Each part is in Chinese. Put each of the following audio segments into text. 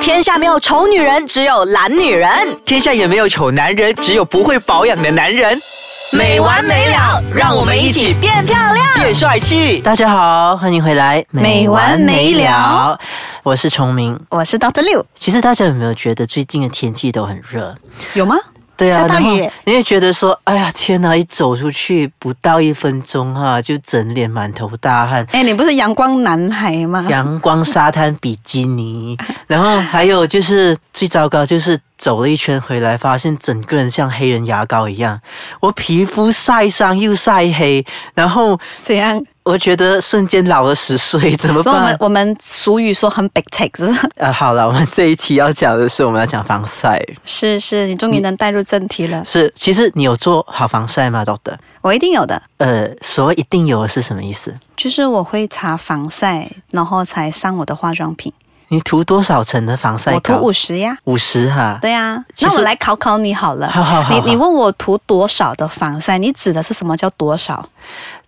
天下没有丑女人，只有懒女人。天下也没有丑男人，只有不会保养的男人。没完没了，让我们一起变漂亮。变帅气！大家好，欢迎回来，没完没了。我是崇明。我是 Doctor 六，其实大家有没有觉得最近的天气都很热？有吗？对啊，下大然雨后耶你会觉得说，哎呀，天哪！一走出去不到一分钟哈、就整脸满头大 汗，哎，你不是阳光男孩吗？阳光沙滩比基尼，然后还有就是最糟糕就是走了一圈回来，发现整个人像黑人牙膏一样，我皮肤晒伤又晒黑，然后怎样？我觉得瞬间老了十岁，怎么所以我们办？我们俗语说很 big take，呃，好了，我们这一期要讲的是我们要讲防晒，是是，你终于能带入正题了。是其实你有做好防晒吗，豆豆？我一定有的，呃，所谓一定有是什么意思？就是我会擦防晒，然后才上我的化妆品。你涂多少层的防晒我涂膏？五十呀。五十哈，对啊，其实那我来考考你好了。好好好好你你问我涂多少的防晒，你指的是什么叫多少？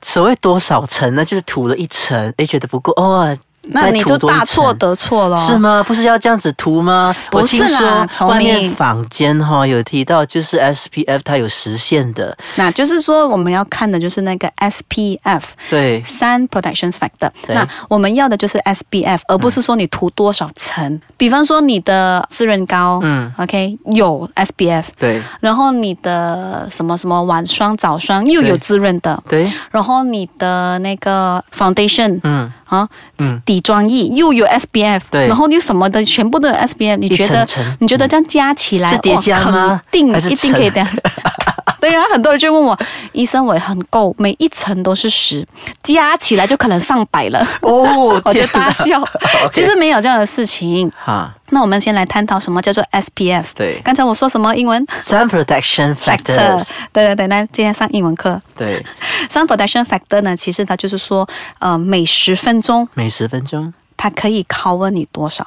所谓多少层呢？就是涂了一层，诶，觉得不够哦，那再你涂就多一大错层得错了。是吗？不是要这样子涂吗？不我听是啦说聪外面明坊间哈、有提到，就是 SPF 它有时限的，那就是说我们要看的就是那个 SPF。对，三 protection factor，对那我们要的就是 SPF，而不是说你涂多少层。比方说你的滋润膏，嗯，OK 有 SPF，对然后你的什么什么晚霜、早霜又有对滋润的，对，然后你的那个 foundation 嗯，啊嗯，底妆液又有 SPF，对然后又什么的全部都有 SPF，你觉一层得层你觉得这样加起来是叠加哇吗肯定还是一定可以层的。 对啊，很多人就问我，医生我也很够，每一层都是十，加起来就可能上百 了，，哦 我就天大哪 笑 OK。其实没有这样的事情。哈，那我们先来探讨什么叫做 SPF。对刚才我说什么英文，sun protection factors，对对对，那今天上英文课对， ，sun protection factor 呢，其实它就是说，呃，每十分钟每十分钟它可以 cover 你多少。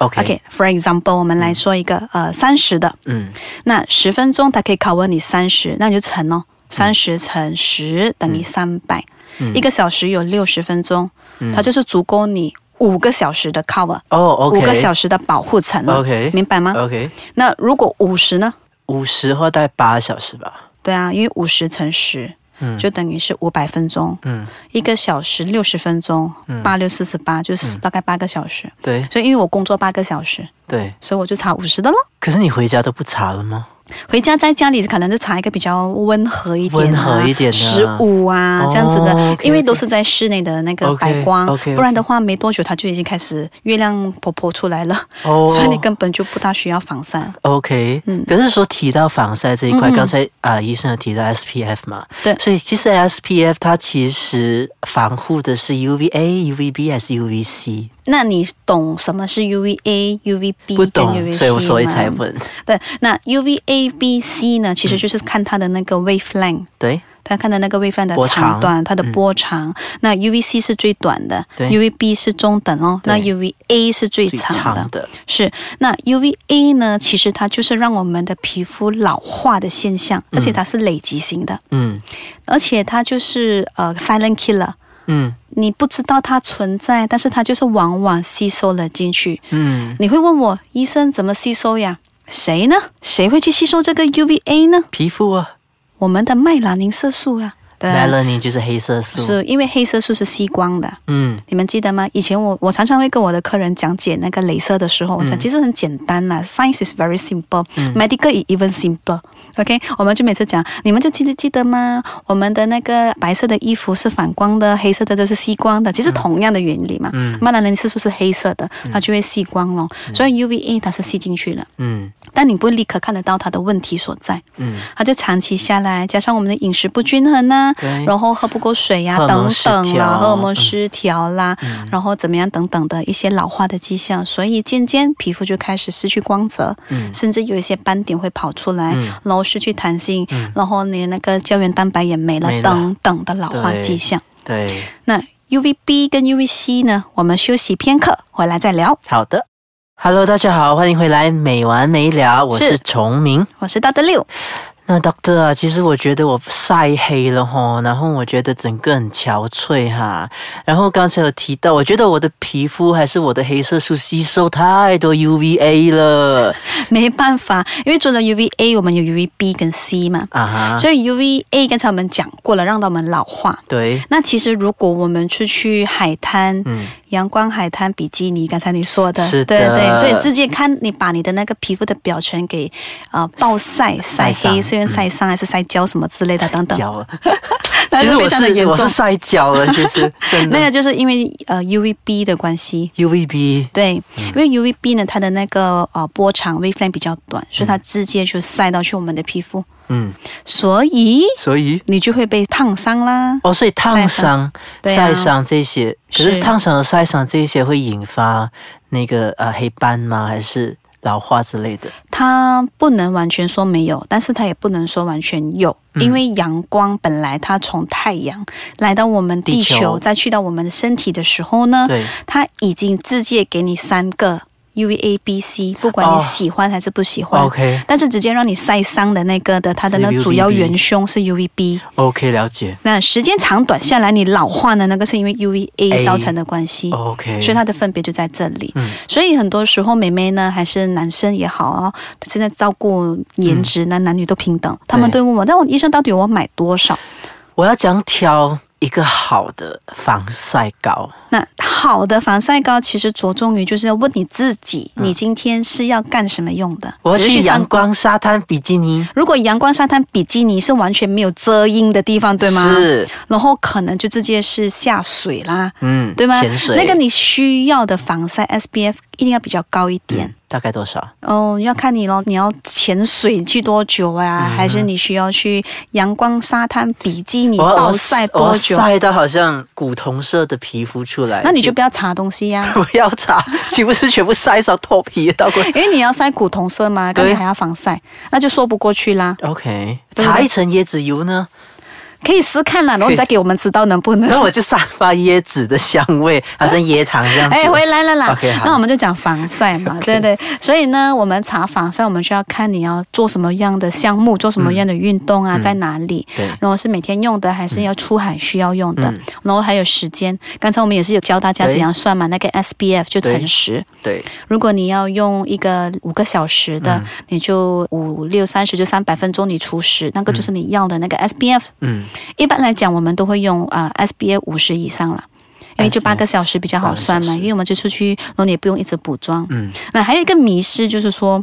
，OK，, OK，for、example，我们来说一个、呃三十的，嗯，那十分钟它可以 cover 你三十，那你就乘嗯哦，三十乘十等于三百、嗯一个小时有六十分钟、它就是足够你五个小时的 cover，哦，OK，五个小时的保护层了 OK 哦明白吗 OK，那如果五十呢？五十或大概八小时吧，对啊，因为五十乘十。就等于是五百分钟，嗯，一个小时六十分钟，八六四十八，嗯就是大概八个小时。对所以因为我工作八个小时，对。所以我就查五十的咯。可是你回家都不查了吗？回家在家里可能就查一个比较温和一点、啊，温和一点的十五啊哦这样子的 OK，OK 因为都是在室内的那个 OK，白光啊 OK，OK 不然的话没多久它就已经开始月亮婆婆出来了哦所以你根本就不大需要防晒。 OK，可是说提到防晒这一块，嗯嗯刚才啊、医生有提到 SPF 嘛，对所以其实 SPF 它其实防护的是 UVA、UVB 还是 UVC，那你懂什么是 UVA、UVB 不跟懂， UVC 所以我所以吗才问。对，那 UVA、B、C 呢，嗯其实就是看它的那个 wavelength。对，它看的那个 wavelength 波的长嗯长短，它的波长，那 UVC 是最短的对，UVB 是中等哦，那对 UVA 是最最长的。长的是，那 UVA 呢，其实它就是让我们的皮肤老化的现象，而且它是累积型的，嗯而且它就是呃 silent killer。嗯你不知道它存在，但是它就是往往吸收了进去。嗯，你会问我，医生怎么吸收呀？谁呢？谁会去吸收这个 UVA 呢？皮肤啊，我们的麦兰宁色素啊。对啊 melanin 就是黑色素，是因为黑色素是吸光的，嗯你们记得吗？以前我我常常会跟我的客人讲解那个镭射的时候，我嗯讲其实很简单啦、s c i e n c e is very simple，medical、is even simple。OK，我们就每次讲，你们就记得记得吗？我们的那个白色的衣服是反光的，黑色的都是吸光的，其实同样的原理嘛。嗯曼兰人色素是黑色的，它就会吸光咯，所以 UVA 它是吸进去了，嗯但你不会立刻看得到它的问题所在。嗯，它就长期下来，加上我们的饮食不均衡呐、对然后喝不够水呀、荷尔蒙等啊失等调嗯啦，荷尔蒙失调啦，然后怎么样等等的一些老化的迹象，所以渐渐皮肤就开始失去光泽，嗯甚至有一些斑点会跑出来，嗯然后失去弹性，然后你那个胶原蛋白也没了，没了等等的老化对迹象。对，那 UVB 跟 UVC 呢？我们休息片刻，回来再聊。好的。Hello，大家好，欢迎回来，美完没了，我是是崇明。我是大德六，那 Doctor 啊，其实我觉得我晒黑了哈，然后我觉得整个很憔悴哈。然后刚才有提到，我觉得我的皮肤还是我的黑色素吸收太多 UVA 了没办法，因为除了 UVA，我们有 UVB 跟 C 嘛，啊哈。所以 UVA 刚才我们讲过了，让到我们老化。对，那其实如果我们出去海滩，嗯，阳光海滩比基尼，刚才你说的，是对的对，所以直接看你把你的那个皮肤的表层给呃暴晒晒晒伤黑，嗯是因为晒伤还是晒焦什么之类的等等，焦了。那其就实非我常的是严我是重。晒焦了，其 实真那的。个就是因为呃 UVB 的关系， UVB 对，因为 UVB 呢，它的那个呃波长 wavelength 比较短，所以它直接就晒到去我们的皮肤，嗯，所以所以你就会被烫伤啦。哦，所以烫伤、对啊晒伤这些，可是是烫伤和晒伤这些会引发那个呃黑斑吗？还是老化之类的？它不能完全说没有，但是它也不能说完全有，嗯因为阳光本来它从太阳来到我们地球，地球再去到我们的身体的时候呢，对，它已经直接给你三个 UVA、B、C，不管你哦喜欢还是不喜欢。 OK 但是直接让你晒伤的那个的，它的那是 UVB 主要元凶是 UVB。 OK，了解。那时间长短下来，你老化的那个是因为 A UVA 造成的关系。 OK，所以它的分别就在这里。嗯所以很多时候，妹妹呢，还是男生也好啊、现在照顾嗯颜值呢，男女都平等。他们都问我，那我医生到底我买多少？我要讲挑一个好的防晒膏。那好的防晒膏其实着重于就是要问你自己，你今天是要干什么用的？嗯我要只是去阳上。光沙滩比基尼，如果阳光沙滩比基尼是完全没有遮阴的地方，对吗？。是，然后可能就直接是下水啦，嗯，对吗潜？水那个你需要的防晒 SPF 一定要比较高一点。嗯大概多少？哦，要看你咯，你要潜水去多久啊？嗯还是你需要去阳光沙滩比基尼哦我要暴晒我要多久？啊晒到好像古铜色的皮肤出来。那你就不要擦东西呀、啊不要擦，岂不是全部晒上脱皮到过因为你要晒古铜色嘛，对跟你还要防晒，那就说不过去啦。 ？OK，对不对擦一层椰子油呢， 可以试看啦，然后你再给我们知道能不能然。后我就散发椰子的香味，好像椰糖这样子。哎，回来了啦 OK，好那我们就讲防晒嘛对对。所以呢，我们查防晒，我们就要看你要做什么样的项目，做什么样的运动啊，在哪里。嗯对然后是每天用的，还是要出海需要用的？嗯然后还有时间，刚才我们也是有教大家对怎样算嘛，那个 SPF 就对乘十。对，如果你要用一个五个小时嗯的，你就五六三十就三百分钟，你除十，那个就是你要的那个 SPF。嗯，一般来讲，我们都会用啊、呃 SPF 五十以上啦。因为就 SPF 八个小时比较好算八个嘛，小时因为我们就出去，然后你也不用一直补妆。嗯，那还有一个迷失就是说，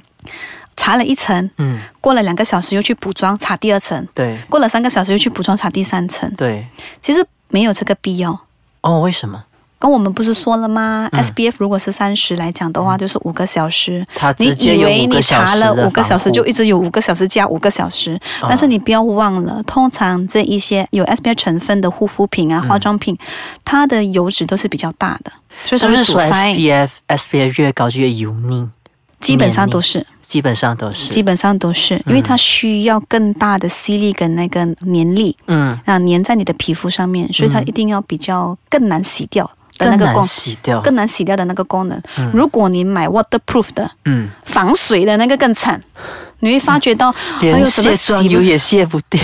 擦了一层，嗯，过了两个小时又去补妆，擦第二层，对过了三个小时又去补妆，擦第三层。对。其实没有这个必要。哦，为什么？跟我们不是说了吗、s 嗯 p f 如果是三十来讲的话，就是五个小时。它你嗯直接以有为五你个小查时了的五个小防时护嗯就一直有五个小时加五个小时，但是你不要忘了，通常这一些有 SPF 成分的护肤品啊、嗯化妆品，它的油脂都是比较大的，所以是它不会是阻说塞， SPF SPF 越高就越油腻？基本上都是，基本上都是。嗯基本上都是，因为它需要更大的吸力跟那个粘力嗯，啊，粘在你的皮肤上面，所以它一定要比较更难洗掉的那更个难功，洗掉。更难洗掉的那个功能。如果你买 waterproof 的嗯，防水的那个更惨，你会发觉到，哎连呦，怎么卸洗妆不油也卸不掉。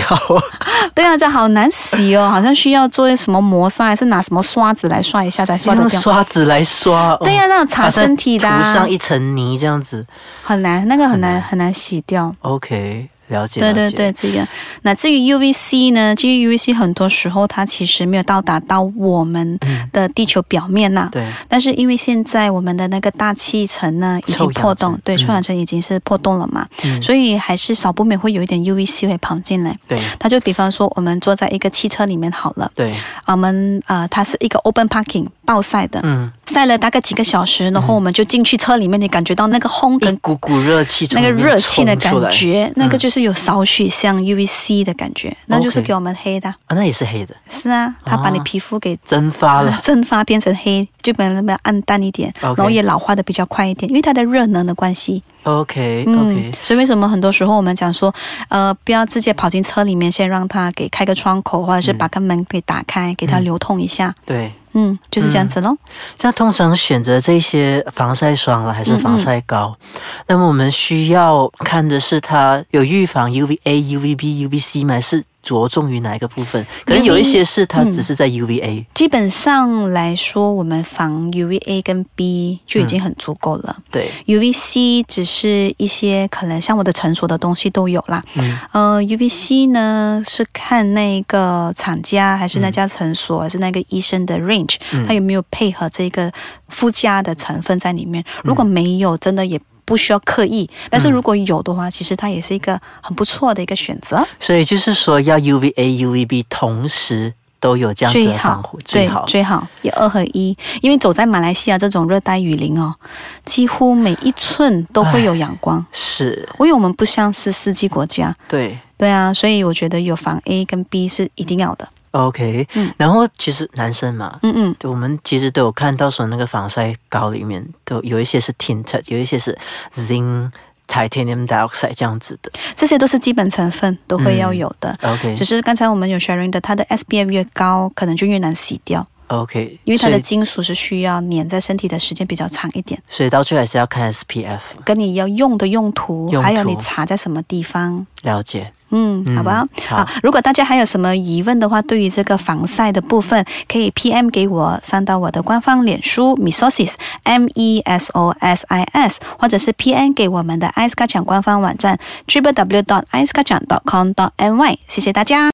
对啊，这好难洗哦，好像需要做什么磨砂，还是拿什么刷子来刷一下才 刷得用掉。刷子来刷。对呀、哦那种擦把它身体的、涂啊上，一层泥这样子。很难，那个很难很难洗掉。 OK，了解。对了对解对，，这个。那至于 UVC 呢？至于 UVC，很多时候它其实没有到达到我们嗯的地球表面呐、对，但是因为现在我们的那个大气层呢已经臭氧破洞层，对，嗯臭氧层已经是破洞了嘛，嗯所以还是少不免会有一点 UVC 会跑进来。对它就比方说，我们坐在一个汽车里面好了，对，我们呃，它是一个 open parking 暴晒的，嗯，晒了大概几个小时，然后我们就进去车里面，你感觉到那个烘一跟股股热气从那里个面热气的感冲出来嗯觉，那个就是有少许像 UVC 的感觉，那就是给我们黑的。啊，那也是黑的，是啊，它把你哦皮肤给蒸发呃了。 蒸发变成黑，就本来那么暗淡一点，然啊 OK 后也老化的比较快一点，因为它的热能的关系。 OK 嗯 OK，，所以为什么很多时候我们讲说，呃，不要直接跑嗯进车里面，先让它给开个窗口，或者是把个门给打开，给它流通一下。对，嗯，就是这样子咯。这样通常选择这些防晒霜了还嗯是防晒膏，那么我们需要看的是它有预防 UVA、UVB、UVC 吗？还是着重于哪一个部分？可能有一些是它只是在 UVA，基本上来说，我们防 UVA 跟 B 就已经很足够了。对， UVC 只是一些可能像我的成熟的东西都有啦。嗯呃，UVC 呢是看那个厂家还是那家诊所、嗯还是那个医生的 range，、他有没有配合这个附加的成分在里面。嗯如果没有，真的也。不需要刻意，但是如果有的话，其实它也是一个很不错的一个选择，所以就是说要 UVA、UVB 同时都有这样子最的防好护，对最好也二合一。因为走在马来西亚这种热带雨林哦，几乎每一寸都会有阳光。是，因为我们不像是四季国家，对。对啊，所以我觉得有防嗯 A 跟 B 是一定要的。 OK，、嗯然后其实男生嘛，嗯嗯，我们其实都有看到说那个防晒膏里面都有一些是 tinted，有一些是 zinc titanium dioxide 这样子的。这些都是基本成分都会要有的。 OK 只是刚才我们有 sharing 的，它的 SPF 越高，可能就越难洗掉， OK，因为它所的以金属是需要粘在身体的时间比较长一点，所以到最后还是要看 SPF，跟你要用的用途，用途还有你擦在什么地方。了解。嗯，嗯好吧。好啊，如果大家还有什么疑问的话，对于这个防晒的部分，可以 PM 给我，上到我的官方脸书 Mesosis M E S O S I S，或者是 PM 给我们的 Ice 卡 a 官方网站 triple w dot ice 卡 a dot com dot my。谢谢大家。